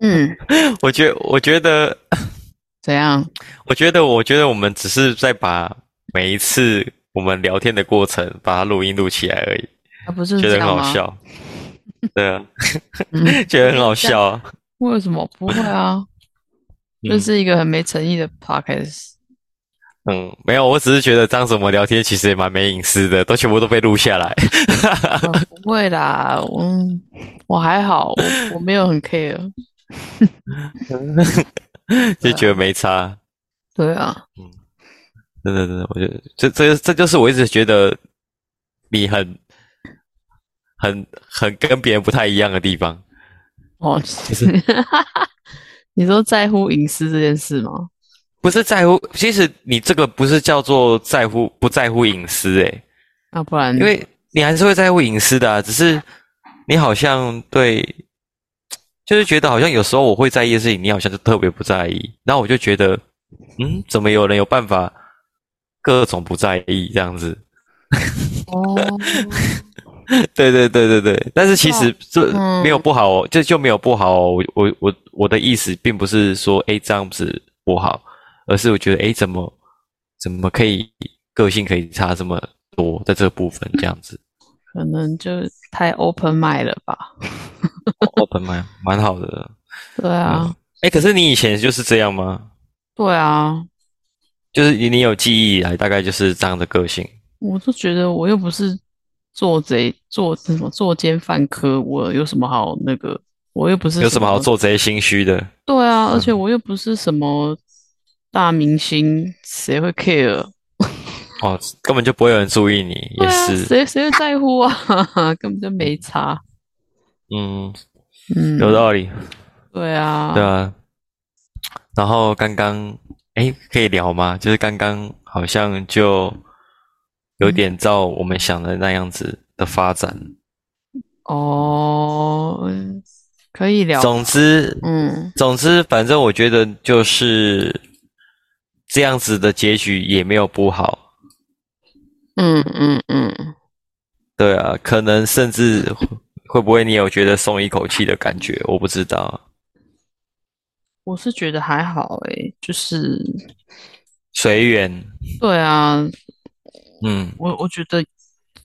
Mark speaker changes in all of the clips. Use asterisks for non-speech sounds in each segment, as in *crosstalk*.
Speaker 1: 嗯，
Speaker 2: 我觉我觉得，
Speaker 1: 怎样？
Speaker 2: 我觉得，我觉得我们只是在把每一次我们聊天的过程把它录音录起来而已，
Speaker 1: 啊、不是
Speaker 2: 觉
Speaker 1: 这
Speaker 2: 得很
Speaker 1: 样
Speaker 2: 好
Speaker 1: 吗？
Speaker 2: 笑。对啊，
Speaker 1: 嗯，
Speaker 2: 觉得很好笑啊。
Speaker 1: *laughs* 为什么不会啊？就是一个很没诚意的
Speaker 2: *laughs*
Speaker 1: podcast。
Speaker 2: 嗯，没有，我只是觉得当时我们聊天其实也蛮没隐私的，都全部都被录
Speaker 1: *laughs*
Speaker 2: 下来。
Speaker 1: 啊不会啦，我我还好，我我没有很 care。
Speaker 2: 就觉得没差。
Speaker 1: 对啊，
Speaker 2: 真的，真的，我觉得这这这就是我一直觉得你很很很跟别人不太一样的地方。
Speaker 1: 哦， *laughs* 你说在乎隐私这件事吗？
Speaker 2: 不是在乎，其实你这个不是叫做在乎不在乎隐私诶、欸
Speaker 1: 啊，不然
Speaker 2: 因为你还是会在乎隐私的、啊，只是你好像对，就是觉得好像有时候我会在意的事情，你好像就特别不在意，然后我就觉得，嗯，怎么有人有办法各种不在意这样子？
Speaker 1: 哦，
Speaker 2: 对对对对对，但是其实这
Speaker 1: 嗯
Speaker 2: 没有不好、哦，这就没有不好、哦。我我我我的意思并不是说诶这样子不好，而是我觉得诶怎么怎么可以个性可以差这么多，在这部分这样
Speaker 1: *laughs*
Speaker 2: 子
Speaker 1: 可能就太 open mind 了吧？
Speaker 2: ，open 哦蛮蛮好的。嗯
Speaker 1: 对啊，
Speaker 2: 诶，可是你以前就是这样吗？
Speaker 1: 对啊，
Speaker 2: 就是你你有记忆以来大概就是这样的个性。
Speaker 1: 我就觉得我又不是做贼做什么作奸犯科，我有什么好那个？我又不是
Speaker 2: 有什么好做贼心虚的？
Speaker 1: 对啊，而
Speaker 2: 嗯
Speaker 1: 且我又不是什么大明星，谁会 care？
Speaker 2: 哦，根本就不会有人注意你，
Speaker 1: 对
Speaker 2: 也
Speaker 1: 啊，
Speaker 2: 是，
Speaker 1: 谁谁会在乎啊？ *laughs* 根本就没差。
Speaker 2: 嗯，
Speaker 1: 嗯，
Speaker 2: 有道理。
Speaker 1: 对啊，
Speaker 2: 对啊，然后刚刚哎，可以聊吗？就是刚刚好像就有点照我们想的那样子的发展。
Speaker 1: 哦，嗯可以聊。
Speaker 2: 总之，
Speaker 1: 嗯，
Speaker 2: 总之，反正我觉得就是这样子的结局也没有不好。
Speaker 1: 嗯嗯嗯，
Speaker 2: 对啊，可能甚至会不会你有觉得松一口气的感觉？我不知道。
Speaker 1: 我是觉得还好诶，就是
Speaker 2: 随缘，
Speaker 1: 对啊，
Speaker 2: 嗯，
Speaker 1: 我我觉得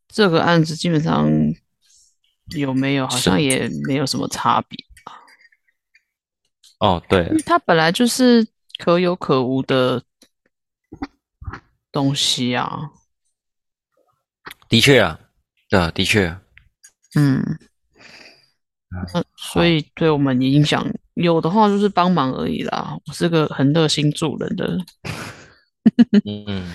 Speaker 1: 这个案子基本上有没有好
Speaker 2: 是
Speaker 1: 像也没有什么差别，
Speaker 2: 哦，对
Speaker 1: 因，为它本来就是可有可无的东西啊。
Speaker 2: 的确啊，对啊，
Speaker 1: *laughs*
Speaker 2: 的确啊、
Speaker 1: 嗯，那所以对我们影响有的话就是帮忙而已啦。我是个很热心助人的，
Speaker 2: 嗯，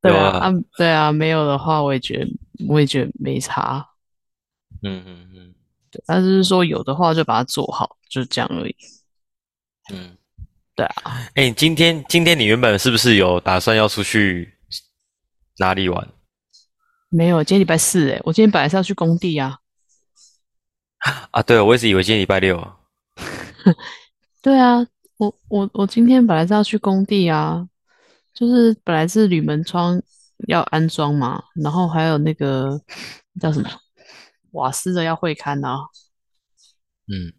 Speaker 1: 对
Speaker 2: 有
Speaker 1: 啊，
Speaker 2: 啊
Speaker 1: 啊对啊，没有的话我也觉得我也觉得没差，
Speaker 2: 嗯嗯嗯
Speaker 1: 对但是说有的话就把它做好，就这样而已。
Speaker 2: 嗯。
Speaker 1: 对啊，
Speaker 2: 哎、你今天今天你原本是不是有打算要出去哪里玩？
Speaker 1: 没有，今天礼拜四诶，我今天本来是要去工地啊。
Speaker 2: 啊，对，我一直以为今天礼拜六。啊
Speaker 1: 对啊，我我我今天本来是要去工地啊，就是本来是铝门窗要安装嘛，然后还有那个叫什么瓦斯的要会勘啊，
Speaker 2: 嗯，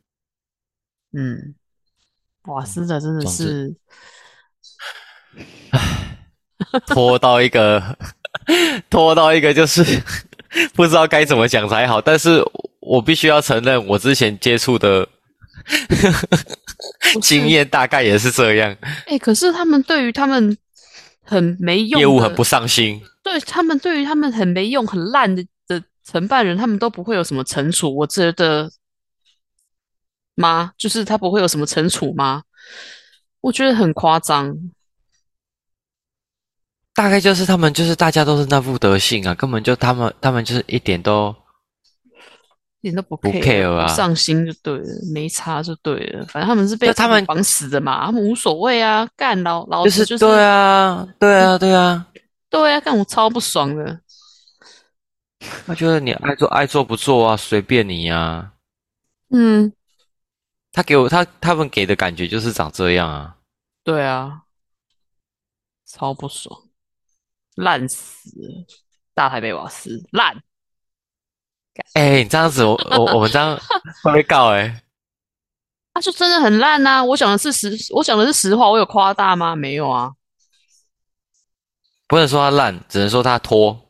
Speaker 1: 嗯，瓦斯的真的
Speaker 2: 总之
Speaker 1: 是，
Speaker 2: 拖到一个， *laughs* 拖到一个就是 *laughs* 不知道该怎么讲才好。但是我必须要承认，我之前接触的
Speaker 1: 不是
Speaker 2: 经验大概也是这样，
Speaker 1: 哎、可是他们对于他们很没用
Speaker 2: 业务
Speaker 1: 的
Speaker 2: 很不上心。
Speaker 1: 对他们对于他们很没用、很烂的的承办人，他们都不会有什么惩处，我觉得吗？就是他不会有什么惩处吗？我觉得很夸张。
Speaker 2: 大概就是他们就是大家都是那副德性啊，根本就他们他们就是一点都
Speaker 1: 一点都不
Speaker 2: 不
Speaker 1: care，
Speaker 2: care 啊
Speaker 1: 上心就对了，没差就对了。反正他们是被
Speaker 2: 就他们
Speaker 1: 政府绑死的嘛，他们无所谓啊，干老老
Speaker 2: 就
Speaker 1: 子
Speaker 2: 是
Speaker 1: 就是
Speaker 2: 对啊对啊对啊，
Speaker 1: 对啊，干我超不爽的。
Speaker 2: 我觉得你爱做爱做不做啊，随便你啊。
Speaker 1: 嗯，
Speaker 2: 他给我他他们给的感觉就是长这样啊，
Speaker 1: 对啊，超不爽，烂死了，大台北瓦斯烂。
Speaker 2: 哎、你这样子，我我我们这样会被告哎、
Speaker 1: 啊，就真的很烂呐、我讲的是实，我讲的是实话，我有夸大吗？没有啊。
Speaker 2: 不能说他烂，只能说他拖。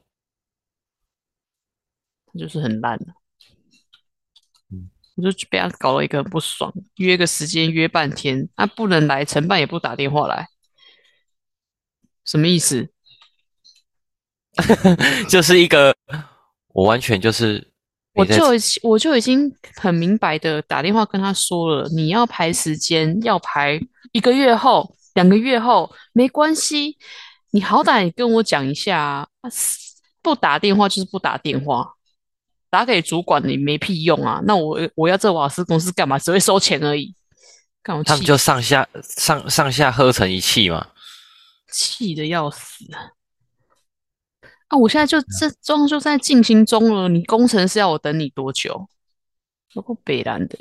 Speaker 1: 就是很烂啊
Speaker 2: 嗯
Speaker 1: 我就被他搞了一个很不爽，约个时间约半天，他、不能来，承办也不打电话来，什么意思？
Speaker 2: 就是一个，我完全就是
Speaker 1: 我
Speaker 2: 你在
Speaker 1: 就已经我就已经很明白的打电话跟他说了，你要排时间，要排一个月后、两个月后，没关系，你好歹也跟我讲一下啊，啊不打电话就是不打电话，打给主管也没屁用啊。那我我要这瓦斯公司干嘛？只会收钱而已，干我
Speaker 2: 他们
Speaker 1: 气
Speaker 2: 就上下上上下合成一气嘛。
Speaker 1: 气的要死啊！我现在就
Speaker 2: 嗯
Speaker 1: 这装就在进行中了，你工程师要我等你多久？不过北兰的，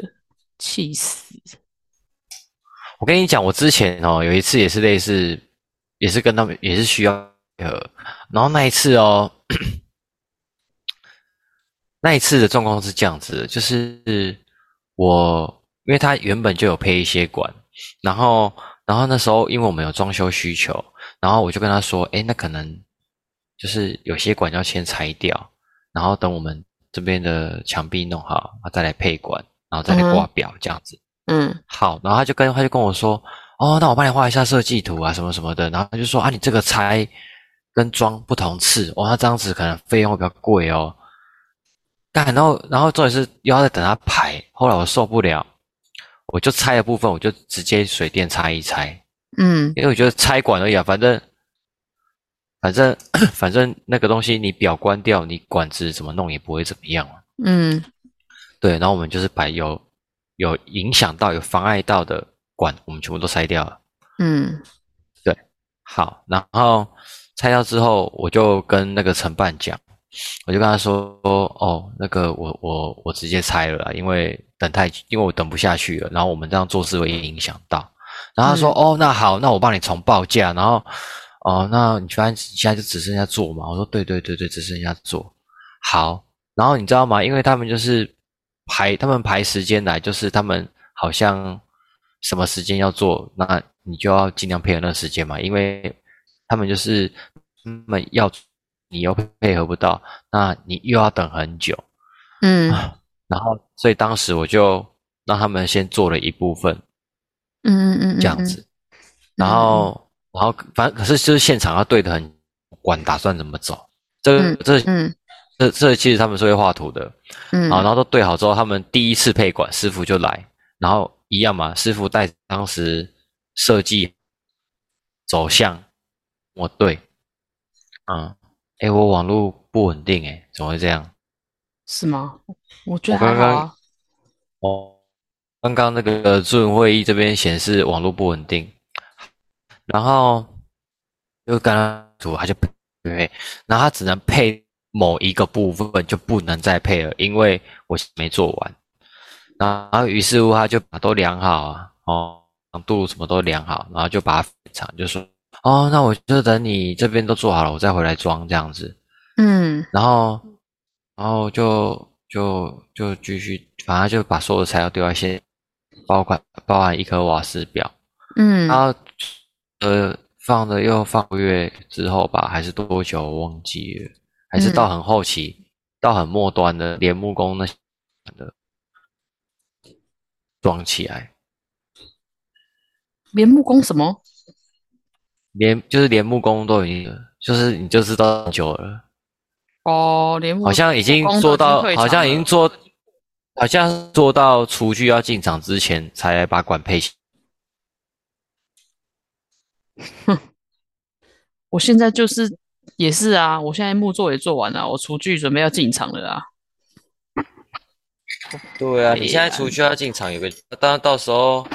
Speaker 1: 气死！
Speaker 2: 我跟你讲，我之前哦有一次也是类似，也是跟他们也是需要配合，然后那一次哦， *coughs* 那一次的状况是这样子的，就是我因为他原本就有配一些管，然后然后那时候因为我们有装修需求，然后我就跟他说，哎，那可能就是有些管要先拆掉，然后等我们这边的墙壁弄好，然后再来配管，然后再来挂表、这样子。
Speaker 1: 嗯
Speaker 2: 好，然后他就跟他就跟我说，哦，那我帮你画一下设计图啊，什么什么的。然后他就说啊，你这个拆跟装不同次，哦，那这样子可能费用会比较贵哦。但然后然后重点是又要再等他排，后来我受不了，我就拆的部分我就直接水电拆一拆，
Speaker 1: 嗯
Speaker 2: 因为我觉得拆管而已啊，反正反正 *coughs* 反正那个东西你表关掉，你管子怎么弄也不会怎么样嘛。啊
Speaker 1: 嗯
Speaker 2: 对，然后我们就是把有有影响到、有妨碍到的管，我们全部都拆掉了。
Speaker 1: 嗯
Speaker 2: 好，然后拆掉之后，我就跟那个承办讲，我就跟他说：“哦，那个我我我直接拆了啦，因为等太，因为我等不下去了，然后我们这样做事会影响到。”然后他说：“哦，那好，那我帮你重报价。”然后哦，那你反正现在就只剩下做嘛。我说：“对对对对，只剩下做。”好，然后你知道吗？因为他们就是排，他们排时间来，就是他们好像什么时间要做，那你就要尽量配合那个时间嘛，因为他们就是他们要你又配合不到，那你又要等很久，
Speaker 1: 嗯
Speaker 2: 然后所以当时我就让他们先做了一部分
Speaker 1: 嗯嗯
Speaker 2: 这样子，然后然后反正可是就是现场要对的很，管打算怎么走，这个这
Speaker 1: 嗯
Speaker 2: 这这其实他们是会画图的，
Speaker 1: 嗯
Speaker 2: 好，然后都对好之后，他们第一次配管，师傅就来，然后一样嘛，师傅带当时设计走向，我对，嗯，哎，我网络不稳定，哎，怎么会这样？
Speaker 1: 是吗？我觉得
Speaker 2: 我
Speaker 1: 还
Speaker 2: 刚
Speaker 1: 好
Speaker 2: 刚
Speaker 1: 啊，
Speaker 2: 哦，刚刚那个 Zoom 会议这边显示网络不稳定，然后就刚刚图他就配，然后他只能配某一个部分，就不能再配了，因为我没做完。然后于是乎他就把都量好啊，哦，长度什么都量好，然后就把它分场，就说哦，那我就等你这边都做好了，我再回来装这样子。
Speaker 1: 嗯
Speaker 2: 然后，然后就就就继续，反正就把所有的材料丢在线，包括包含一颗瓦斯表，
Speaker 1: 嗯
Speaker 2: 然后呃放了又放个月之后吧，还是多久我忘记了，还是到很后期，到很末端的连木工那些的装起来，
Speaker 1: 连木工什么？
Speaker 2: 连就是连木工都已经，就是你就知道很久了。
Speaker 1: 哦，连木
Speaker 2: 好像已经做到，好像已经做，好像做到厨具要进场之前才来把管配齐。
Speaker 1: 我现在就是也是啊，我现在木作也做完了，我厨具准备要进场了啊。
Speaker 2: 对啊
Speaker 1: 你现在厨
Speaker 2: 具要进场有个，当然到时候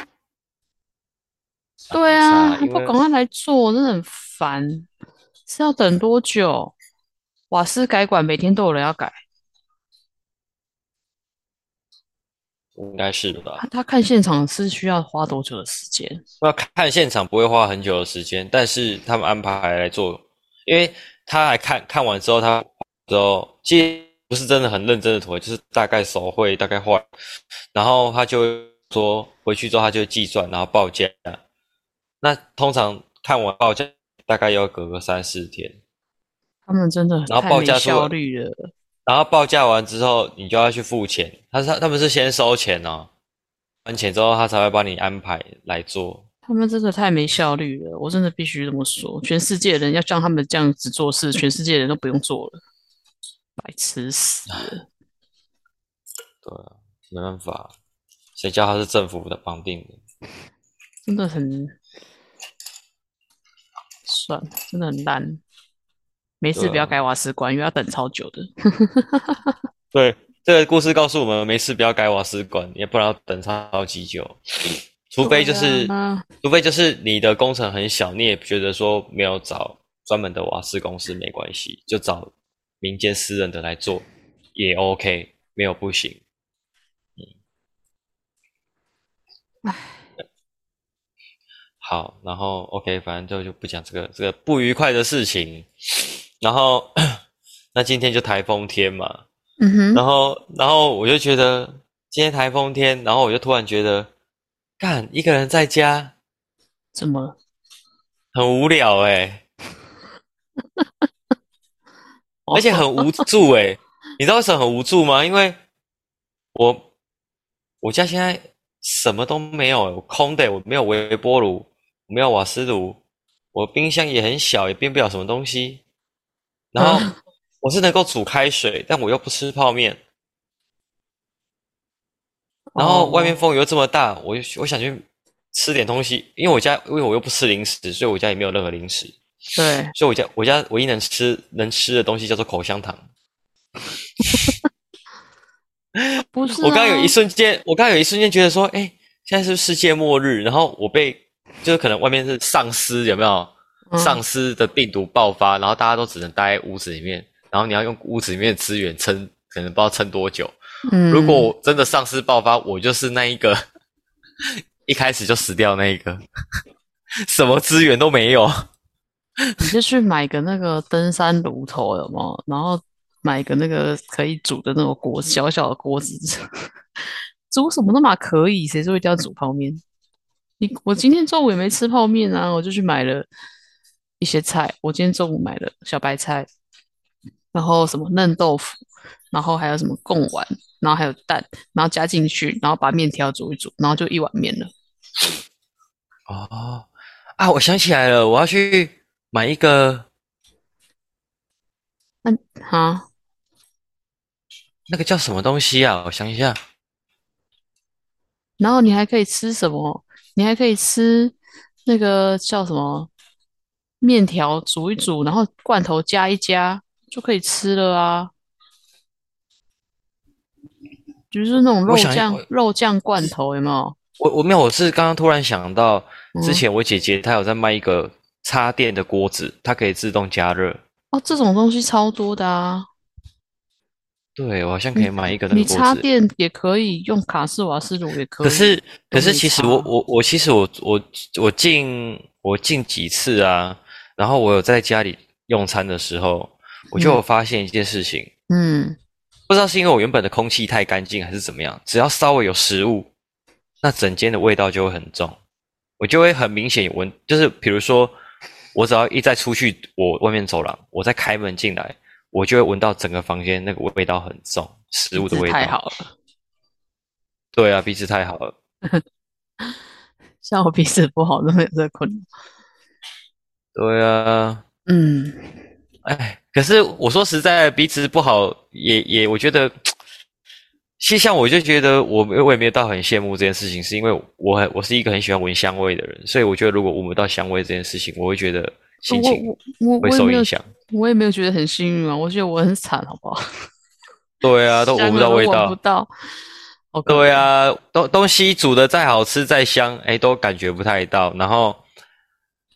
Speaker 1: 对啊，
Speaker 2: 没差
Speaker 1: 还
Speaker 2: 因
Speaker 1: 不
Speaker 2: 为
Speaker 1: 赶快来做，真的很烦。是要等多久？瓦斯改管每天都有人要改，
Speaker 2: 应该是吧
Speaker 1: 他，他看现场是需要花多久的时间？
Speaker 2: 要看现场不会花很久的时间，但是他们安排来做，因为他来看看完之后，他之后其实不是真的很认真的涂，就是大概手绘，大概画，然后他就会说回去之后他就会计算，然后报价。那通常看完报价大概要隔个三四天，
Speaker 1: 他们真的
Speaker 2: 然后
Speaker 1: 太
Speaker 2: 报
Speaker 1: 没
Speaker 2: 价出
Speaker 1: 效
Speaker 2: 来
Speaker 1: 率了。
Speaker 2: 然后报价完之后你就要去付钱，他是他他们是先收钱哦，完钱之后他才会帮你安排来做。
Speaker 1: 他们真的太没效率了，我真的必须这么说。全世界的人要像他们这样子做事，全世界的人都不用做了，白痴死了！
Speaker 2: 对啊，没办法，谁叫他是政府的绑定的？
Speaker 1: 真的很，算了，真的很烂。没事，
Speaker 2: 对
Speaker 1: 不要
Speaker 2: 啊
Speaker 1: 改瓦斯管，因为要等超久的。
Speaker 2: 对，这个故事告诉我们，没事不要改瓦斯管，也不然要等超级久。除非就是，
Speaker 1: 啊
Speaker 2: 除非就是你的工程很小，你也觉得说没有找专门的瓦斯公司没关系，就找民间私人的来做也 OK，没有不行。嗯
Speaker 1: 唉，
Speaker 2: 好，然后 OK，反正就就不讲这个这个不愉快的事情。然后 *coughs* 那今天就台风天嘛，
Speaker 1: 嗯哼，
Speaker 2: 然后，然后我就觉得今天台风天，然后我就突然觉得，干一个人在家
Speaker 1: 怎么了？
Speaker 2: 很无聊哎、
Speaker 1: 哦
Speaker 2: 而且很无助哎、你知道为什么很无助吗？因为我我家现在什么都没有、欸，我空的欸、我没有微波炉，我没有瓦斯炉，我冰箱也很小，也变不了什么东西。然后
Speaker 1: 啊
Speaker 2: 我是能够煮开水，但我又不吃泡面。然后外面
Speaker 1: 哦
Speaker 2: 风雨又这么大，我就我想去吃点东西，因为我家因为我又不吃零食，所以我家也没有任何零食，
Speaker 1: 对，
Speaker 2: 所以我家我家唯一能吃能吃的东西叫做口香糖。
Speaker 1: 不是
Speaker 2: 我刚刚有
Speaker 1: 啊
Speaker 2: 一瞬间，我刚刚有一瞬间觉得说，哎，现在是不是世界末日，然后我被就是可能外面是丧尸，有没有？
Speaker 1: 嗯
Speaker 2: 丧尸的病毒爆发，然后大家都只能待在屋子里面，然后你要用屋子里面的资源撑，可能不知道撑多久。
Speaker 1: 嗯
Speaker 2: 如果我真的丧尸爆发，我就是那一个一开始就死掉那一个，什么资源都没有。
Speaker 1: 你就去买个那个登山炉头，有没有？然后买个那个可以煮的那种锅，小小的锅子， *laughs* 煮什么都嘛可以，谁说一定要煮泡面？你我今天中午也没吃泡面啊，我就去买了一些菜。我今天中午买了小白菜，然后什么嫩豆腐，然后还有什么贡丸，然后还有蛋，然后加进去，然后把面条煮一煮，然后就一碗面了。
Speaker 2: 哦，啊，我想起来了，我要去买一个
Speaker 1: 那哈，
Speaker 2: 那个叫什么东西啊？我想一下，
Speaker 1: 然后你还可以吃什么？你还可以吃那个叫什么面条，煮一煮，然后罐头加一加就可以吃了啊。就是那种
Speaker 2: 我
Speaker 1: 肉
Speaker 2: 想
Speaker 1: 酱
Speaker 2: 我
Speaker 1: 肉酱罐头，有没有？
Speaker 2: 我我没有，我是刚刚突然想到，之
Speaker 1: 嗯
Speaker 2: 前我姐姐她有在卖一个插电的锅子，它可以自动加热。
Speaker 1: 哦，这种东西超多的啊！
Speaker 2: 对，我好像可以买一个那个
Speaker 1: 你
Speaker 2: 锅
Speaker 1: 插
Speaker 2: 子。
Speaker 1: 电也可以，用卡式瓦斯炉也可以。
Speaker 2: 可是，可是，
Speaker 1: 没
Speaker 2: 其实
Speaker 1: 差
Speaker 2: 我我我其实我我我进我进几次啊，然后我有在家里用餐的时候，我就有发现一件事情，
Speaker 1: 嗯，
Speaker 2: 不知道是因为我原本的空气太干净还是怎么样，只要稍微有食物，那整间的味道就会很重，我就会很明显闻，就是比如说我只要一再出去，我外面走廊，我再开门进来，我就会闻到整个房间那个味道很重，食物的
Speaker 1: 这
Speaker 2: 味道。
Speaker 1: 太好了，
Speaker 2: 对啊，鼻子太好了。
Speaker 1: 像我鼻子不好都没有这个困扰。
Speaker 2: 对啊，
Speaker 1: 嗯，
Speaker 2: 哎，可是我说实在，鼻子不好也也，我觉得，其实像我就觉得我没我也没有到很羡慕这件事情，是因为我很我是一个很喜欢闻香味的人，所以我觉得如果闻不到香味这件事情，我会觉得心
Speaker 1: 我
Speaker 2: 情
Speaker 1: 我我
Speaker 2: 会
Speaker 1: 我也
Speaker 2: 受
Speaker 1: 没有
Speaker 2: 影响。
Speaker 1: 我也没有觉得很幸运啊，我觉得我很惨，好不好？
Speaker 2: 对
Speaker 1: *laughs*
Speaker 2: 啊，都闻不到味
Speaker 1: 香的都闻不
Speaker 2: 道。
Speaker 1: 到。好可
Speaker 2: 对
Speaker 1: 怜，
Speaker 2: 啊，东东西煮的再好吃再香，哎，都感觉不太到。然后，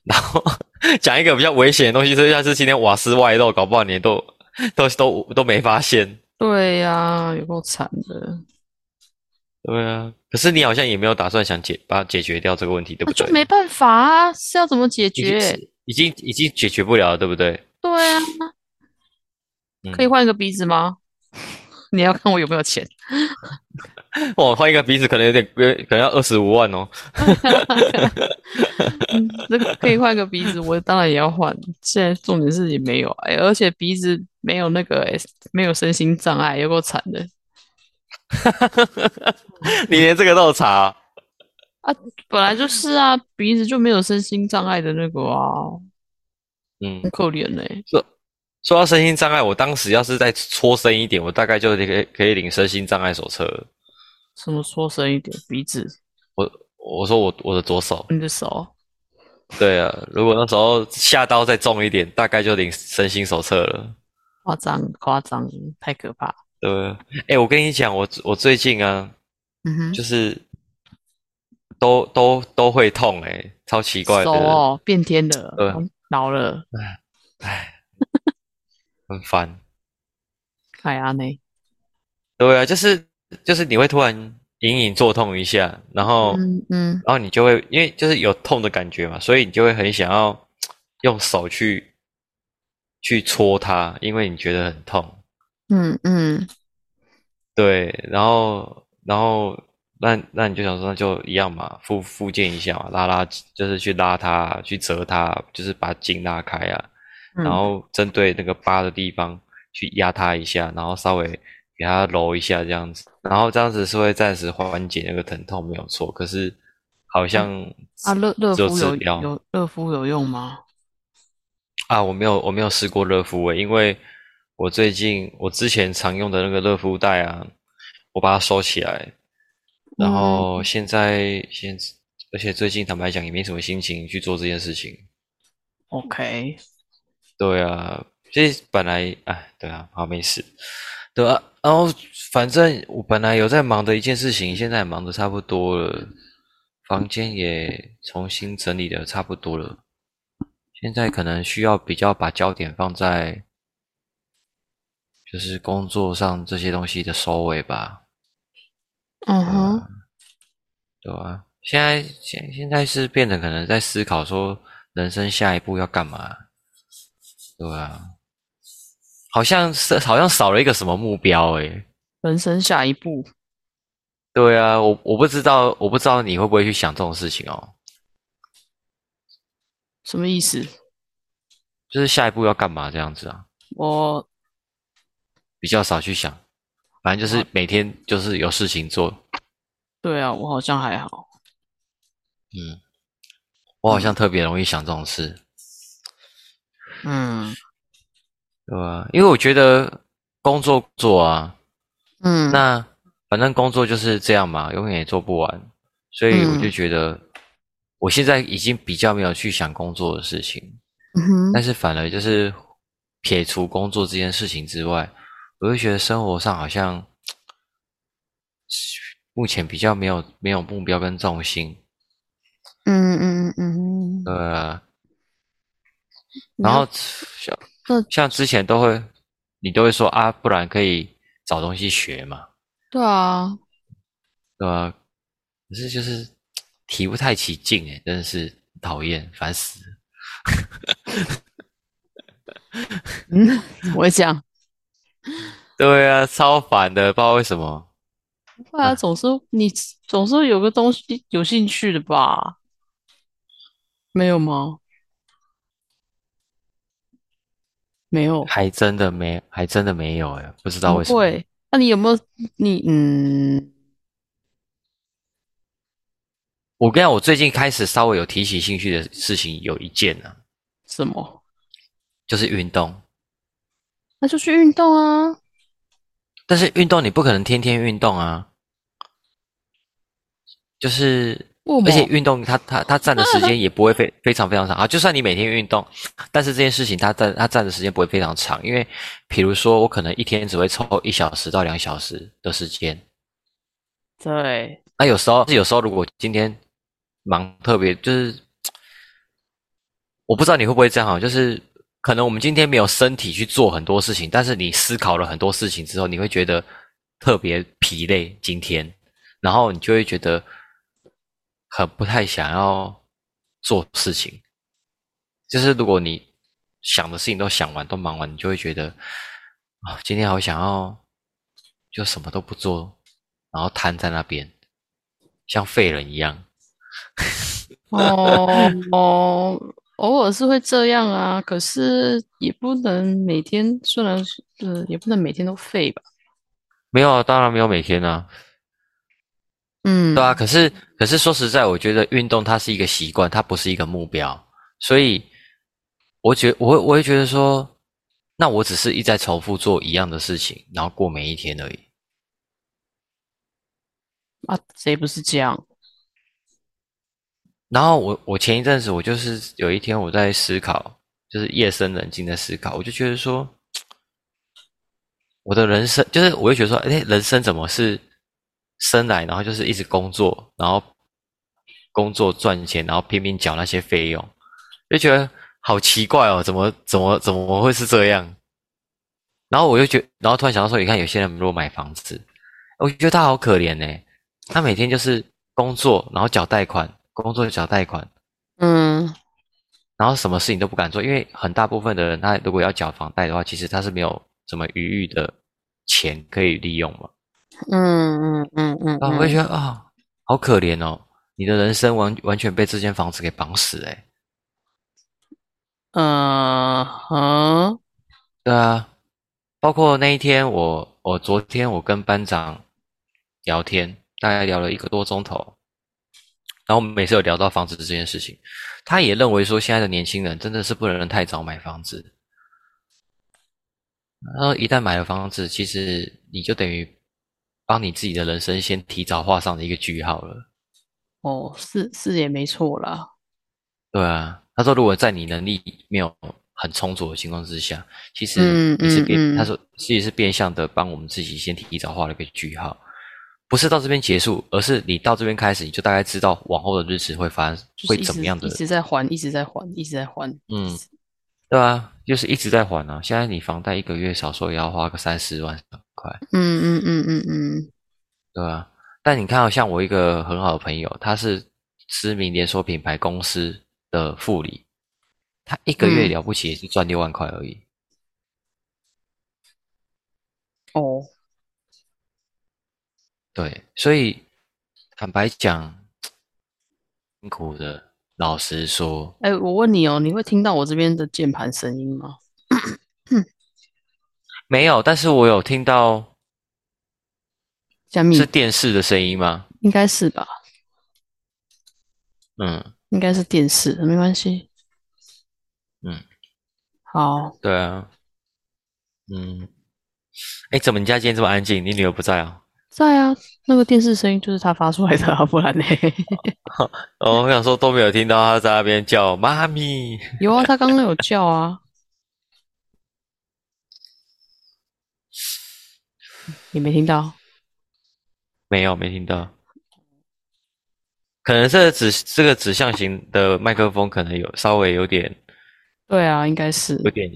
Speaker 2: 然后 *laughs* 讲一个比较危险的东西，这下次今天瓦斯外漏，搞不好你都都都都没发现。
Speaker 1: 对呀、有够惨的，
Speaker 2: 对啊，可是你好像也没有打算想解把它解决掉这个问题，
Speaker 1: 那
Speaker 2: 对不
Speaker 1: 就
Speaker 2: 对？
Speaker 1: 没办法啊，是要怎么解
Speaker 2: 已经
Speaker 1: 决？
Speaker 2: 已经已经解决不了了，对不对？
Speaker 1: 对啊，
Speaker 2: 嗯
Speaker 1: 可以换一个鼻子吗？ *laughs* 你要看我有没有
Speaker 2: *laughs*
Speaker 1: 钱。
Speaker 2: 我换一个鼻子可能有点贵，可能要二十五万哦。 *laughs*
Speaker 1: 嗯，这个可以换个鼻子，我当然也要换。现在重点是也没有，哎，而且鼻子没有那个，哎，没有身心障碍，有够惨的
Speaker 2: 你连这个都有查啊、
Speaker 1: 啊！本来就是啊，鼻子就没有身心障碍的那个啊，
Speaker 2: 嗯
Speaker 1: 很，可怜欸嘞、
Speaker 2: 说到身心障碍，我当时要是再搓深一点，我大概就可以可以领身心障碍手册了。
Speaker 1: 什么缩深一点，鼻子，
Speaker 2: 我说我我的左手，
Speaker 1: 你的手，
Speaker 2: 对啊，如果那时候下刀再重一点，大概就领身心手册了。
Speaker 1: 夸张夸张，太可怕。
Speaker 2: 对啊，哎，我跟你讲，我我最近啊，
Speaker 1: 嗯哼，
Speaker 2: 就是都都都会痛、欸，哎，超奇怪
Speaker 1: 手
Speaker 2: 的，
Speaker 1: 哦变天了，
Speaker 2: 对
Speaker 1: 嗯老了，
Speaker 2: 很烦。
Speaker 1: 凯阿哎呢？
Speaker 2: 对啊，就是就是你会突然隐隐作痛一下，然后、
Speaker 1: 嗯嗯，
Speaker 2: 然后你就会因为就是有痛的感觉嘛，所以你就会很想要用手去去戳它，因为你觉得很痛。
Speaker 1: 嗯嗯，
Speaker 2: 对，然后然后那那你就想说那就一样嘛，复复健一下嘛，拉拉就是去拉它，去折它，就是把筋拉开啊，
Speaker 1: 嗯
Speaker 2: 然后针对那个疤的地方去压它一下，然后稍微给它揉一下这样子，然后这样子是会暂时缓解那个疼痛没有错，可是好像
Speaker 1: 啊，热热
Speaker 2: 只有
Speaker 1: 敷
Speaker 2: 治
Speaker 1: 有
Speaker 2: 疗
Speaker 1: 有热敷有用吗？
Speaker 2: 啊，我没有我没有试过热敷诶，因为我最近我之前常用的那个热敷袋啊，我把它收起来，
Speaker 1: 嗯
Speaker 2: 然后现在现而且最近坦白讲也没什么心情去做这件事情。
Speaker 1: OK，
Speaker 2: 对啊，其实本来哎，对啊，好没事，对啊，然后反正我本来有在忙的一件事情，现在忙的差不多了，房间也重新整理的差不多了，现在可能需要比较把焦点放在就是工作上这些东西的收尾吧，
Speaker 1: 嗯哼，
Speaker 2: 对啊，现在现现在是变成可能在思考说人生下一步要干嘛，对啊，好像是好像少了一个什么目标诶、
Speaker 1: 人生下一步，
Speaker 2: 对啊，我我不知道我不知道你会不会去想这种事情哦，
Speaker 1: 什么意思？
Speaker 2: 就是下一步要干嘛这样子啊，
Speaker 1: 我
Speaker 2: 比较少去想，反正就是每天就是有事情做，
Speaker 1: 对啊，我好像还好。
Speaker 2: 嗯，我好像特别容易想这种事。
Speaker 1: 嗯
Speaker 2: 对啊，因为我觉得工作做啊，
Speaker 1: 嗯，
Speaker 2: 那反正工作就是这样嘛，永远也做不完，所以我就
Speaker 1: 嗯
Speaker 2: 觉得我现在已经比较没有去想工作的事情，
Speaker 1: 嗯哼
Speaker 2: 但是反而就是撇除工作这件事情之外，我就觉得生活上好像目前比较没有没有目标跟重心，
Speaker 1: 嗯嗯嗯嗯嗯，
Speaker 2: 呃，
Speaker 1: 你
Speaker 2: 然
Speaker 1: 要
Speaker 2: 后像
Speaker 1: 这
Speaker 2: 像之前都会你都会说啊，不然可以找东西学嘛，
Speaker 1: 对啊，
Speaker 2: 对啊，可是就是提不太起劲哎，真的是讨厌，烦死了。
Speaker 1: 嗯，我也讲，
Speaker 2: 对啊，超烦的，不知道为什么。
Speaker 1: 对啊，总是你总是有个东西有兴趣的吧？没有吗？没有，
Speaker 2: 还真的没，还真的没有哎，不知道
Speaker 1: 不
Speaker 2: 为什么。
Speaker 1: 会。那你有没有你嗯
Speaker 2: 我跟你讲，我最近开始稍微有提起兴趣的事情有一件啊，
Speaker 1: 什么？
Speaker 2: 就是运动。
Speaker 1: 那就去运动啊。
Speaker 2: 但是运动你不可能天天运动啊，就是
Speaker 1: 为什么
Speaker 2: 而且运动它它它占的时间也不会非非常非常长啊。就算你每天运动，但是这件事情它占它占的时间不会非常长，因为比如说我可能一天只会抽一小时到两小时的时间。
Speaker 1: 对，
Speaker 2: 那有时候有时候如果今天忙特别就是，我不知道你会不会这样哈，就是可能我们今天没有身体去做很多事情，但是你思考了很多事情之后，你会觉得特别疲累，今天，然后你就会觉得很不太想要做事情。就是如果哦你想的事情都想完、都忙完，你就会觉得啊、今天好想要就什么都不做，然后瘫在那边，像废人一样。
Speaker 1: 哦哦，偶尔是会这样啊，可是也不能每天，虽然是呃，也不能每天都废吧。
Speaker 2: 没有啊，当然没有每天啊，
Speaker 1: 嗯，
Speaker 2: 对啊。可是可是说实在，我觉得运动它是一个习惯，它不是一个目标，所以我觉我会我会觉得说，那我只是一再重复做一样的事情，然后过每一天而已。
Speaker 1: 啊，谁不是这样？
Speaker 2: 然后我我前一阵子我就是有一天我在思考，就是夜深人静的思考，我就觉得说，我的人生就是我会觉得说，哎，人生怎么是生来然后就是一直工作，然后工作赚钱，然后拼命缴那些费用，就觉得好奇怪哦，怎么怎么怎么会是这样？然后我就觉然后突然想到说，你看有些人如果买房子，我觉得他好可怜欸呢、他每天就是工作，然后缴贷款，工作缴贷款，
Speaker 1: 嗯
Speaker 2: 然后什么事情都不敢做，因为很大部分的人，他如果要缴房贷的话，其实他是没有什么余裕的钱可以利用嘛。
Speaker 1: 嗯嗯嗯嗯
Speaker 2: 啊，我会
Speaker 1: 嗯
Speaker 2: 觉得啊、好可怜哦，你的人生完完全被这间房子给绑死哎、
Speaker 1: 呃哼，
Speaker 2: 对啊，包括那一天我，我昨天我跟班长聊天，大概聊了一个多钟头，然后我们每次有聊到房子这件事情，他也认为说现在的年轻人真的是不能太早买房子，然后一旦买了房子，其实你就等于帮你自己的人生先提早画上了一个句号了。
Speaker 1: 哦，是是也没错啦。
Speaker 2: 对啊，他说如果在你能力没有很充足的情况之下，其实
Speaker 1: 嗯
Speaker 2: 你是
Speaker 1: 嗯
Speaker 2: 变，
Speaker 1: 嗯
Speaker 2: 他说其实是变相的帮我们自己先提早画了个句号，不是到这边结束，而是你到这边开始，你就大概知道往后的日子会发生
Speaker 1: 就是
Speaker 2: 会
Speaker 1: 一
Speaker 2: 怎么
Speaker 1: 直
Speaker 2: 样的
Speaker 1: 一，直在还，一直在还，一直在还。
Speaker 2: 嗯，对啊，就是一直在还啊。现在你房贷一个月少说也要花个三四万块，
Speaker 1: 嗯嗯嗯嗯嗯，
Speaker 2: 对啊。但你看哦，像我一个很好的朋友，他是知名连锁品牌公司的副理，他一个月
Speaker 1: 嗯
Speaker 2: 了不起也就赚六万块而已。
Speaker 1: 哦，
Speaker 2: 对，所以坦白讲，辛苦的。老实说，
Speaker 1: 哎，我问你哦，你会听到我这边的键盘声音吗？
Speaker 2: 没有，但是我有听到
Speaker 1: 加密
Speaker 2: 是电视的声音吗？
Speaker 1: 应该是吧，
Speaker 2: 嗯，
Speaker 1: 应该是电视，没关系。
Speaker 2: 嗯，
Speaker 1: 好，
Speaker 2: 对啊，嗯，哎，怎么你家今天这么安静？你女儿不在啊？
Speaker 1: 在啊，那个电视声音就是他发出来的啊，不然呢？ *laughs*
Speaker 2: 哦，我想说都没有听到她在那边叫妈咪。
Speaker 1: 有啊，他刚刚有叫啊，你没听到？
Speaker 2: 没有，没听到。可能这个指这个指向型的麦克风，可能有稍微有点
Speaker 1: 对啊，应该是。
Speaker 2: 有点，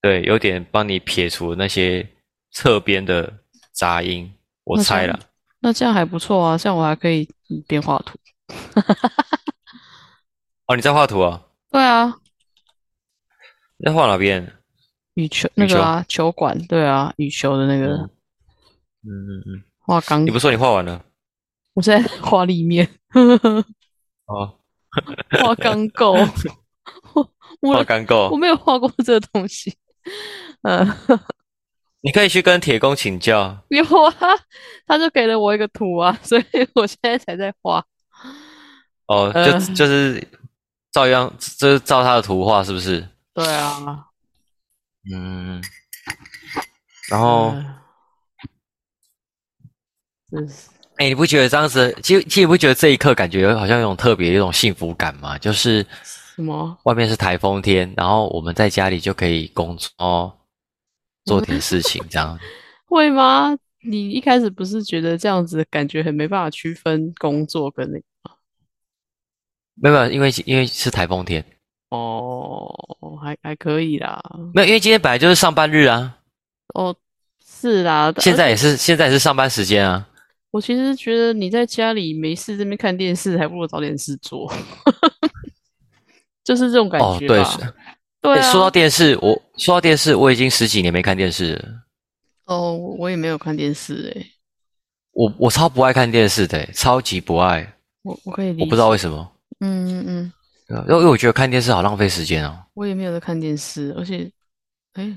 Speaker 2: 对，有点帮你撇除那些侧边的杂音，我
Speaker 1: 那
Speaker 2: 猜
Speaker 1: 这样
Speaker 2: 了。
Speaker 1: 那这样还不错啊，这样我还可以嗯边画图。
Speaker 2: 哦，你在画图啊？
Speaker 1: 对啊，
Speaker 2: 你在画哪边？
Speaker 1: 羽球那
Speaker 2: 球
Speaker 1: 个啊，球馆，对啊，羽球的那
Speaker 2: 嗯
Speaker 1: 个
Speaker 2: 嗯嗯嗯，
Speaker 1: 画钢
Speaker 2: 你，不是说你画完了？
Speaker 1: 我现在画立面，
Speaker 2: 哦，
Speaker 1: 画钢构，我
Speaker 2: 画
Speaker 1: 我
Speaker 2: 干
Speaker 1: 我
Speaker 2: 够，
Speaker 1: 没有画过这个东西，嗯。
Speaker 2: 你可以去跟铁工请教。
Speaker 1: 有啊，他就给了我一个图啊，所以我现在才在画。
Speaker 2: 哦，就、
Speaker 1: 呃
Speaker 2: 就是照样，就是照他的图画，是不是？
Speaker 1: 对啊，
Speaker 2: 嗯。然后，
Speaker 1: 嗯，真是
Speaker 2: 哎、你不觉得这样子，其实其实你不觉得这一刻感觉有好像有种特别有一种幸福感吗？就是
Speaker 1: 什么？
Speaker 2: 外面是台风天，然后我们在家里就可以工作哦，做点事情这样。
Speaker 1: 嗯会吗？你一开始不是觉得这样子感觉很没办法区分工作跟那
Speaker 2: *laughs* 没有，没有，因为因为是台风天，
Speaker 1: 哦，还还可以啦。
Speaker 2: 没有，因为今天本来就是上班日啊，
Speaker 1: 哦，是啦，但
Speaker 2: 现在也是现在也是上班时间啊。
Speaker 1: 我其实觉得你在家里没事这边看电视，还不如找点事做， *laughs* 就是这种感
Speaker 2: 哦，
Speaker 1: 觉
Speaker 2: 对，
Speaker 1: 吧。
Speaker 2: 是
Speaker 1: 对
Speaker 2: 哎
Speaker 1: 啊，
Speaker 2: 说到电视，我说到电视，我已经十几年没看电视了。
Speaker 1: 哦，我我也没有看电视诶、
Speaker 2: 我我超不爱看电视的，欸超级不爱，
Speaker 1: 我我可以理解。
Speaker 2: 我不知道为什么，
Speaker 1: 嗯嗯嗯，
Speaker 2: 对啊因为因为我觉得看电视好浪费时间哦。
Speaker 1: 我也没有在看电视，而且，哎，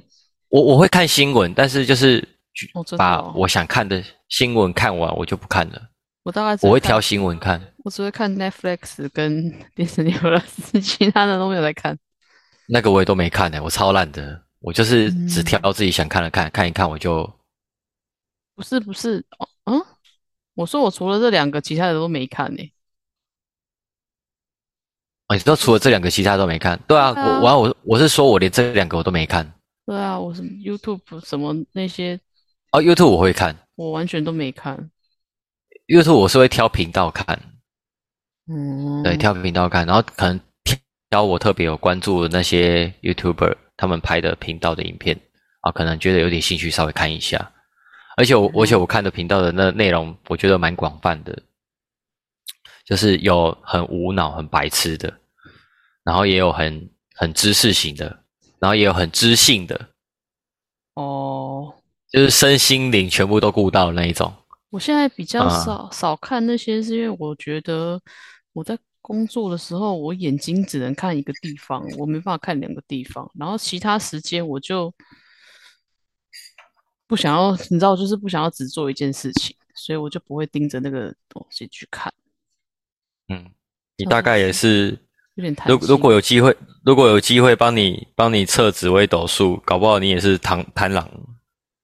Speaker 2: 我我会看新闻，但是就是去
Speaker 1: 哦真的
Speaker 2: 把
Speaker 1: 哦
Speaker 2: 我想看的新闻看完，我就不看了。
Speaker 1: 我大概只
Speaker 2: 我
Speaker 1: 会
Speaker 2: 会
Speaker 1: 看
Speaker 2: 挑新闻看。
Speaker 1: 我只会看 Netflix 跟 *laughs* Disney Plus，其他的都没有在看。
Speaker 2: 那个我也都没看呢、欸我超烂的，我就是只
Speaker 1: 嗯
Speaker 2: 挑自己想看的看，看一看我就哦
Speaker 1: 不是不是，哦，嗯，我说我除了这两个，其他的都没看呢、
Speaker 2: 啊，你知道除了这两个，其他都没看。对啊，
Speaker 1: 对啊
Speaker 2: 我我我我是说我连这两个我都没看。
Speaker 1: 对啊，我什么 YouTube 什么那些，
Speaker 2: 哦，YouTube 我会看
Speaker 1: 我完全都没看。
Speaker 2: ，YouTube 我是会挑频道看，
Speaker 1: 嗯，
Speaker 2: 对，挑频道看，然后可能挑我特别有关注的那些 YouTuber 他们拍的频道的影片啊，可能觉得有点兴趣，稍微看一下。而且我，而且我看的频道的那内容，我觉得蛮广泛的，就是有很无脑、很白痴的，然后也有很很知识型的，然后也有很知性的，
Speaker 1: 哦，
Speaker 2: 就是身心灵全部都顾到的那一种。
Speaker 1: 我现在比较
Speaker 2: 啊
Speaker 1: 少少看那些，是因为我觉得我在工作的时候，我眼睛只能看一个地方，我没办法看两个地方。然后其他时间我就不想要，你知道，就是不想要只做一件事情，所以我就不会盯着那个东西去看，
Speaker 2: 嗯，你大概也是
Speaker 1: 有点贪
Speaker 2: 如如
Speaker 1: 心。
Speaker 2: 果有机会，如果有机会帮你帮你测紫微斗数，搞不好你也是贪贪狼。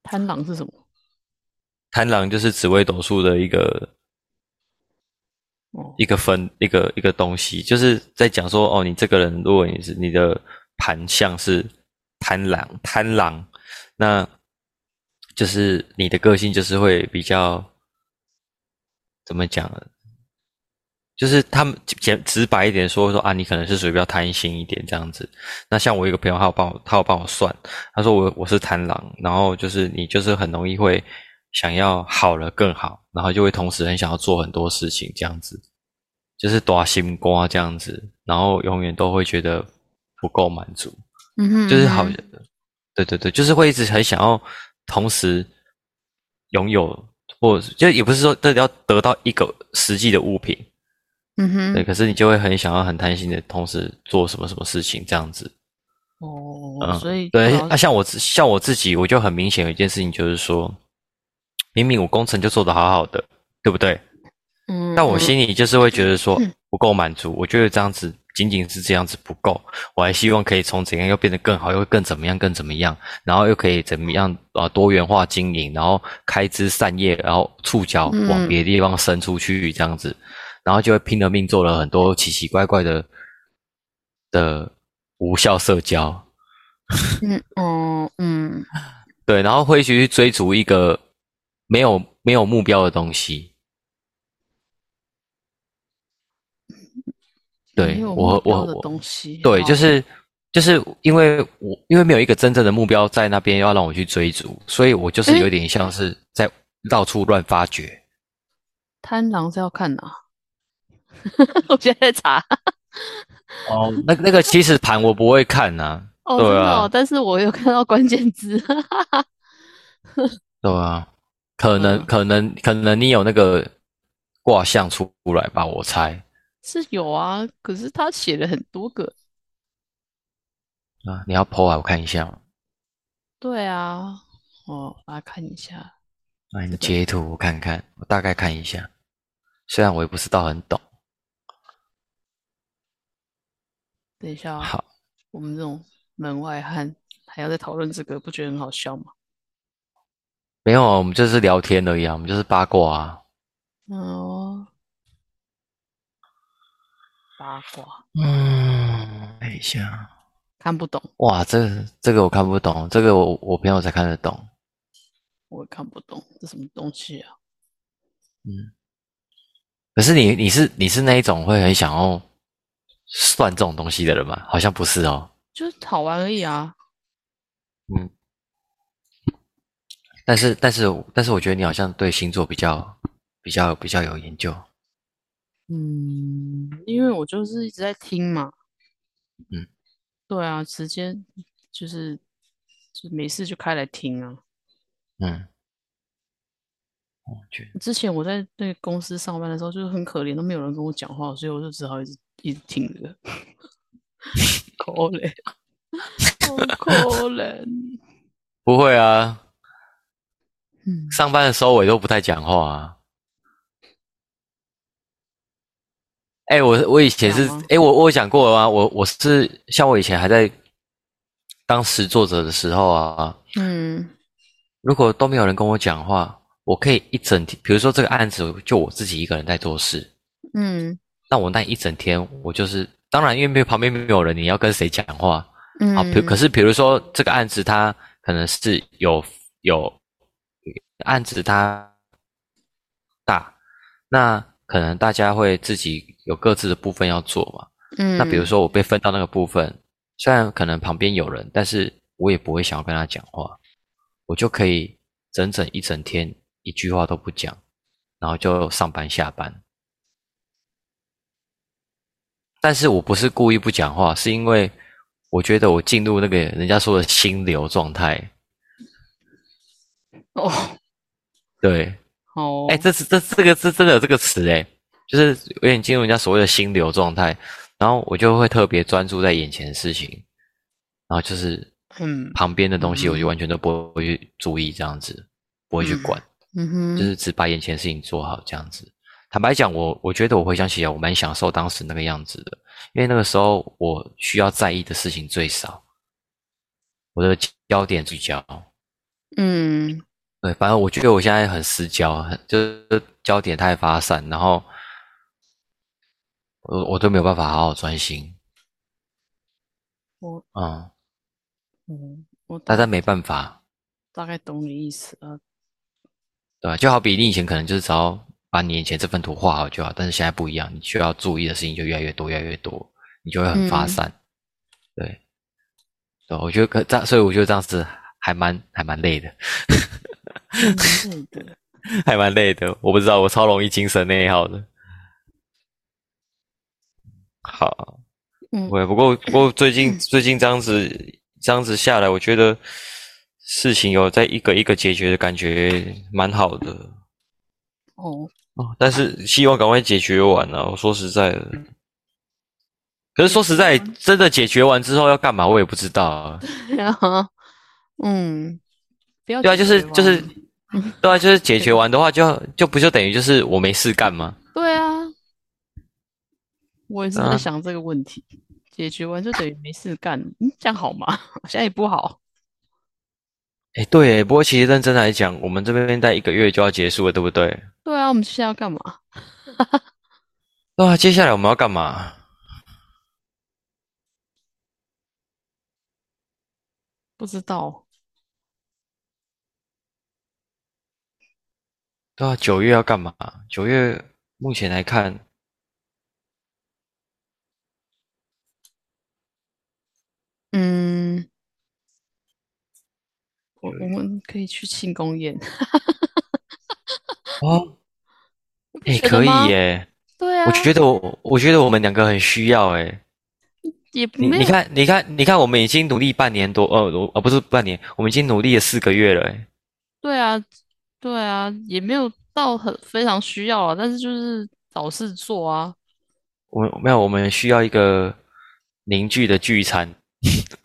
Speaker 1: 贪狼是什么？
Speaker 2: 贪狼就是紫微斗数的一个
Speaker 1: 哦
Speaker 2: 一个分一个一个东西，就是在讲说哦，你这个人，如果你是你的盘相是贪狼，贪狼，那就是你的个性就是会比较怎么讲呢？就是他们简直白一点说说啊，你可能是属于比较贪心一点这样子。那像我有一个朋友，他有帮我，他有帮我算，他说我我是贪狼，然后就是你就是很容易会想要好了更好，然后就会同时很想要做很多事情这样子，就是多心瓜这样子，然后永远都会觉得不够满足，
Speaker 1: 嗯哼，
Speaker 2: 就是
Speaker 1: 嗯
Speaker 2: 好
Speaker 1: 哼，，
Speaker 2: 对对对，就是会一直很想要同时拥有，或者就也不是说这要得到一个实际的物品，
Speaker 1: 嗯
Speaker 2: 对，
Speaker 1: 哼，
Speaker 2: 可是你就会很想要很贪心的同时做什么什么事情这样子，
Speaker 1: 哦，
Speaker 2: 嗯，
Speaker 1: 所以
Speaker 2: 对，
Speaker 1: 主要
Speaker 2: 啊，像我自像我自己，我就很明显有一件事情，就是说，明明我工程就做得好好的，对不对？
Speaker 1: 嗯，
Speaker 2: 但我
Speaker 1: 嗯
Speaker 2: 心里就是会觉得说
Speaker 1: 嗯
Speaker 2: 不够满足，我觉得这样子仅仅是这样子不够，我还希望可以从怎样又变得更好，又更怎么样，更怎么样，然后又可以怎么样啊、呃多元化经营，然后开枝散叶，然后触角往
Speaker 1: 嗯
Speaker 2: 别的地方伸出去，这样子，然后就会拼了命做了很多奇奇怪怪的的无效社交。
Speaker 1: 嗯哦嗯
Speaker 2: 对，然后会去去追逐一个没有没有目标的东西。对
Speaker 1: 没有
Speaker 2: 我
Speaker 1: 目标
Speaker 2: 我
Speaker 1: 的
Speaker 2: 我
Speaker 1: 东西，哦
Speaker 2: 对，
Speaker 1: 好
Speaker 2: 就是就是因为我因为没有一个真正的目标在那边要让我去追逐，所以我就是
Speaker 1: 诶
Speaker 2: 有点像是在到处乱发掘。
Speaker 1: 贪狼是要看哪？ *laughs* 我现在在查。
Speaker 2: 哦，那那个其实盘我不会看呐、
Speaker 1: 哦，
Speaker 2: 对
Speaker 1: 真的
Speaker 2: 啊
Speaker 1: 哦，但是我有看到关键字。 *laughs*
Speaker 2: 对啊，可能、
Speaker 1: 嗯
Speaker 2: 可能可能你有那个卦象出来吧，我猜。
Speaker 1: 是有啊，可是他写了很多个。
Speaker 2: 啊，你要 PO 啊，我看一下。
Speaker 1: 对啊，哦，来看一下。
Speaker 2: 来，啊你截图我看看，我大概看一下。虽然我也不是到很懂，
Speaker 1: 等一下啊，
Speaker 2: 好，
Speaker 1: 我们这种门外汉还要再讨论这个，不觉得很好笑吗？
Speaker 2: 没有，啊，我们就是聊天而已啊，我们就是八卦啊。
Speaker 1: 哦，八卦
Speaker 2: 嗯，看一下，
Speaker 1: 看不懂，
Speaker 2: 哇，这个这个我看不懂，这个我我朋友才看得懂。
Speaker 1: 我也看不懂，这什么东西啊？
Speaker 2: 可是你你是你是那一种会很想要算这种东西的人吗？好像不是哦。
Speaker 1: 就是好玩而已啊。
Speaker 2: 嗯，但是但是但是我觉得你好像对星座比较比较比较有研究。
Speaker 1: 嗯，因为我就是一直在听嘛，
Speaker 2: 嗯，
Speaker 1: 对啊，直接就是就没事就开来听啊，
Speaker 2: 嗯，我觉得
Speaker 1: 之前我在那个公司上班的时候，就是很可怜，都没有人跟我讲话，所以我就只好一直一直听着，可怜，好可怜。
Speaker 2: 不会啊，
Speaker 1: 嗯，
Speaker 2: 上班的收尾都不太讲话啊。哎、我我以前是
Speaker 1: 讲吗
Speaker 2: 哎、我我有讲过啊，我我是像我以前还在当实作者的时候啊，
Speaker 1: 嗯
Speaker 2: 如果都没有人跟我讲话，我可以一整天，比如说这个案子就我自己一个人在做事，
Speaker 1: 嗯
Speaker 2: 那我那一整天我就是，当然因为没有旁边没有人，你要跟谁讲话啊？比如
Speaker 1: 嗯，
Speaker 2: 可是比如说这个案子它可能是有有案子它大，那可能大家会自己有各自的部分要做嘛。
Speaker 1: 嗯，
Speaker 2: 那比如说我被分到那个部分，虽然可能旁边有人，但是我也不会想要跟他讲话，我就可以整整一整天一句话都不讲，然后就上班下班。但是我不是故意不讲话，是因为我觉得我进入那个人家说的心流状态。
Speaker 1: 哦，
Speaker 2: 对，
Speaker 1: 好，哦
Speaker 2: 哎、这是这这个这真的有这个词哎，就是有点进入人家所谓的心流状态，然后我就会特别专注在眼前的事情，然后就是
Speaker 1: 嗯
Speaker 2: 旁边的东西我
Speaker 1: 嗯
Speaker 2: 就完全都不会去注意这样子，不会去管，
Speaker 1: 嗯
Speaker 2: 就
Speaker 1: 哼，
Speaker 2: 是只把眼前的事情做好这样子。坦白讲，我我觉得我回想起来，我蛮享受当时那个样子的，因为那个时候我需要在意的事情最少，我的焦点聚焦。
Speaker 1: 嗯
Speaker 2: 对，反正我觉得我现在很失焦，很就是焦点太发散，然后我我都没有办法好好专心。
Speaker 1: 我
Speaker 2: 嗯，
Speaker 1: 嗯我
Speaker 2: 大
Speaker 1: 大
Speaker 2: 家没办法，
Speaker 1: 大概懂你意思啊，
Speaker 2: 对吧？就好比你以前可能就是只要把你眼前这份图画好就好，但是现在不一样，你需要注意的事情就越来越多，越来越多，你就会很发
Speaker 1: 嗯
Speaker 2: 散。对，对，我觉得可这样，所以我觉得这样子还蛮还蛮累的，
Speaker 1: 之 *laughs*
Speaker 2: 嗯
Speaker 1: 类的，
Speaker 2: *laughs* 还蛮累的。我不知道，我超容易精神内耗的。好。
Speaker 1: 嗯
Speaker 2: 对，不过不过最近最近这样子这样子下来，我觉得事情有在一个一个解决的感觉，蛮好的
Speaker 1: 哦，
Speaker 2: 哦。但是希望赶快解决完啊！我说实在的，可是说实在，
Speaker 1: 嗯
Speaker 2: 真的解决完之后要干嘛，我也不知道啊。
Speaker 1: 然后嗯，不要
Speaker 2: 对啊，
Speaker 1: 解
Speaker 2: 就是
Speaker 1: 决嗯
Speaker 2: 就
Speaker 1: 嘛
Speaker 2: 是，对啊，就是解决完的话就，就不就等于就是我没事干吗？
Speaker 1: 对啊，我也是在
Speaker 2: 啊
Speaker 1: 想这个问题，解决完就等于没事干，嗯，这样好吗？ *laughs* 好像也不好，
Speaker 2: 哎，对耶，不过其实认真来讲，我们这边待一个月就要结束了，对不对？
Speaker 1: 对啊，我们现在要干嘛？
Speaker 2: 对啊，接下来我们要干嘛？
Speaker 1: 不知道，
Speaker 2: 对啊，九月要干嘛？九月目前来看，
Speaker 1: 嗯，我
Speaker 2: 嗯
Speaker 1: 我们可以去庆功宴， *laughs*
Speaker 2: 哦，
Speaker 1: 嗯你不觉得
Speaker 2: 哎、可以
Speaker 1: 吗？
Speaker 2: 耶！
Speaker 1: 对啊，
Speaker 2: 我觉得我，我觉得我们两个很需要哎。
Speaker 1: 也
Speaker 2: 你
Speaker 1: 没
Speaker 2: 你
Speaker 1: 有，
Speaker 2: 看，你看，你看，我们已经努力半年多，呃，我呃，不是半年，我们已经努力了四个月了哎。
Speaker 1: 对啊，对啊，也没有到很非常需要啊，但是就是找事做啊，
Speaker 2: 我们没有，我们需要一个凝聚的聚餐。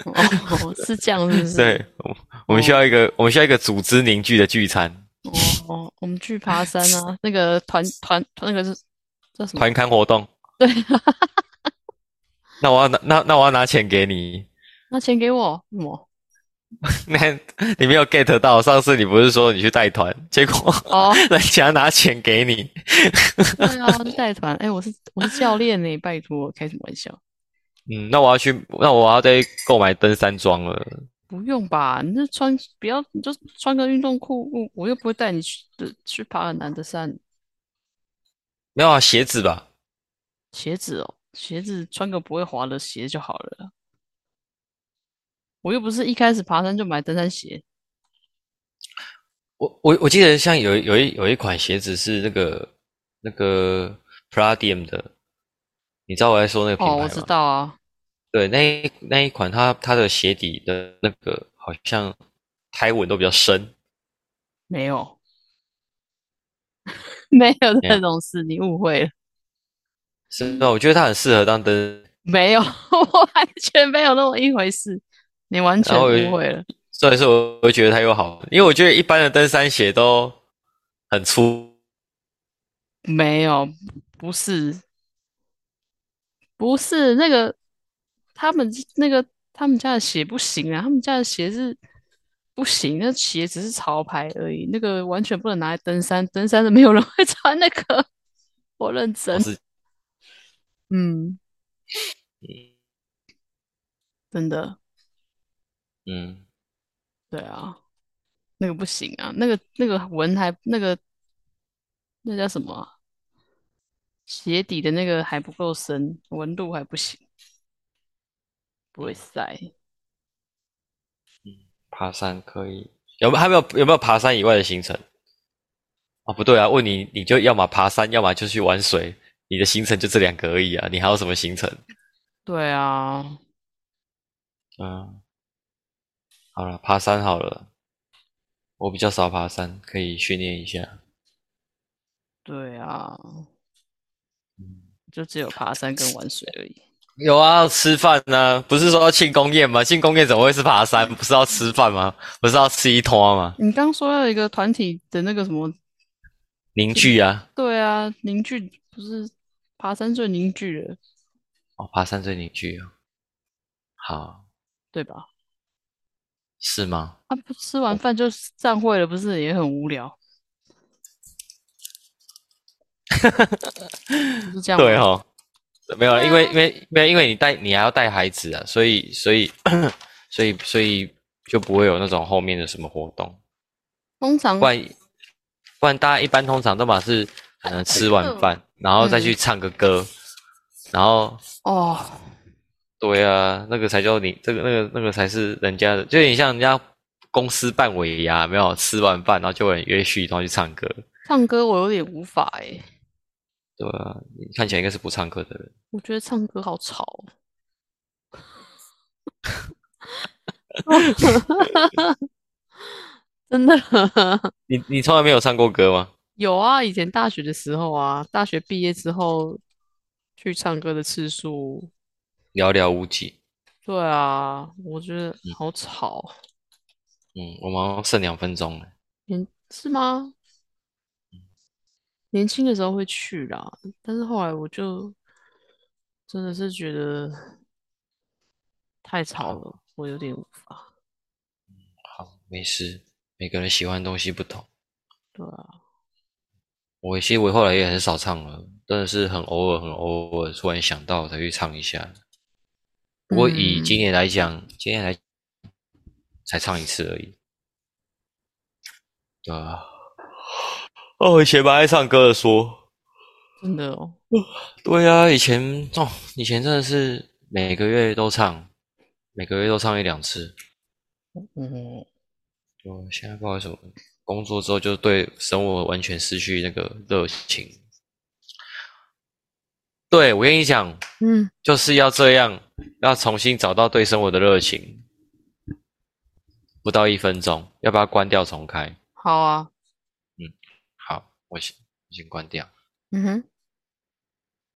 Speaker 1: 哦， *laughs* 是这样是不是？
Speaker 2: 对，我我们需要一个，我们需要一个组织凝聚的聚餐，
Speaker 1: 哦，我们去爬山啊，那个团团那个是叫什么？
Speaker 2: 团刊活动。
Speaker 1: 对，
Speaker 2: 那我要拿，那那我要拿钱给你。
Speaker 1: 拿钱给我什么？
Speaker 2: 那你没有 get 到，上次你不是说你去带团，结果 *laughs*
Speaker 1: 哦，
Speaker 2: 人家拿钱给你，
Speaker 1: 对啊，去带团。哎，我是我是教练呢，拜托，开什么玩笑？
Speaker 2: 嗯，那我要去，那我要再购买登山装了。
Speaker 1: 不用吧，你就穿不要，你就穿个运动裤，我我又不会带你去的去爬很难的山。
Speaker 2: 没有啊，鞋子吧？
Speaker 1: 鞋子哦，鞋子穿个不会滑的鞋就好了啦。我又不是一开始爬山就买登山鞋。
Speaker 2: 我我我记得像有一有一有一款鞋子是那个那个 Pradium 的，你知道我在说那个品
Speaker 1: 哦，
Speaker 2: 牌
Speaker 1: 我
Speaker 2: 吗？
Speaker 1: 知道啊，
Speaker 2: 对，那一那一款它它的鞋底的那个好像胎纹都比较深，
Speaker 1: 没有， *laughs* 没有这种事，你误会了。
Speaker 2: 是啊的，我觉得他很适合当灯，
Speaker 1: 没有， *laughs* 我完全没有那么一回事，你完全
Speaker 2: 然后我
Speaker 1: 误会了。
Speaker 2: 所以说我会觉得他又好，因为我觉得一般的登山鞋都很粗，
Speaker 1: 没有，不是，不是那个，他们那个他们家的鞋不行啊，他们家的鞋是不行，那鞋只是潮牌而已，那个完全不能拿来登山，登山的没有人会穿那个， *laughs* 我认
Speaker 2: 我
Speaker 1: 真，
Speaker 2: 是
Speaker 1: 嗯，真的，
Speaker 2: 嗯，
Speaker 1: 对啊，那个不行啊，那个那个纹还那个那叫什么啊鞋底的那个还不够深，纹路还不行，不会塞。
Speaker 2: 爬山可以有没有还有没有有没有爬山以外的行程？啊，不对啊，问你你就要么爬山，要么就去玩水，你的行程就这两个而已啊，你还有什么行程？
Speaker 1: 对啊，
Speaker 2: 嗯，好了，爬山好了，我比较少爬山，可以训练一下。
Speaker 1: 对啊，就只有爬山跟玩水而已。
Speaker 2: 有啊，吃饭呢、不是说要庆功宴吗？庆功宴怎么会是爬山？不是要吃饭吗？不是要吃一啊坨吗？
Speaker 1: 你刚说要有一个团体的那个什么，
Speaker 2: 凝聚啊！
Speaker 1: 对啊，凝聚不是爬山最凝聚了，
Speaker 2: 哦，爬山最凝聚哦。好，
Speaker 1: 对吧？
Speaker 2: 是吗？
Speaker 1: 啊，不吃完饭就散会了，不是也很无聊？不是这样
Speaker 2: 对
Speaker 1: 吗？
Speaker 2: 哦，没有，
Speaker 1: 对啊
Speaker 2: 因为因为没有，因为你带你还要带孩子啊，所以所以 *coughs* 所以所以就不会有那种后面的什么活动。
Speaker 1: 通常
Speaker 2: 不然不然大家一般通常都嘛是嗯、呃吃完饭，然后再去唱个歌，然后
Speaker 1: 哦，
Speaker 2: 对啊，那个才叫你这个那个那个才是人家的，就有点像人家公司办尾牙，没有吃完饭然后就有人约去，然后去唱歌。
Speaker 1: 唱歌我有点无法欸诶，
Speaker 2: 对啊，你看起来应该是不唱歌的人。
Speaker 1: 我觉得唱歌好吵哦。哦 *laughs* 真的
Speaker 2: 你你从来没有唱过歌吗？
Speaker 1: 有啊，以前大学的时候啊，大学毕业之后去唱歌的次数，
Speaker 2: 寥寥无几。
Speaker 1: 对啊，我觉得好吵，哦
Speaker 2: 嗯，我们好像剩两分钟了。
Speaker 1: 年是吗？年轻的时候会去啦，但是后来我就真的是觉得太吵了，我有点无法。
Speaker 2: 好，没事，每个人喜欢的东西不同。
Speaker 1: 对啊，
Speaker 2: 我其实我后来也很少唱了，真的是很偶尔、很偶尔，突然想到才去唱一下。不过以
Speaker 1: 嗯
Speaker 2: 今年来讲，今年来才唱一次而已。对啊，哦，以前蛮爱唱歌的说。
Speaker 1: 真的哦，
Speaker 2: 对啊，以前哦，以前真的是每个月都唱，每个月都唱一两次。
Speaker 1: 嗯，
Speaker 2: 我现在不知道为什么，工作之后就对生活完全失去那个热情。对，我跟你讲，
Speaker 1: 嗯，
Speaker 2: 就是要这样，要重新找到对生活的热情。不到一分钟，要不要关掉重开？
Speaker 1: 好啊，
Speaker 2: 好，我先我先关掉。
Speaker 1: 嗯哼。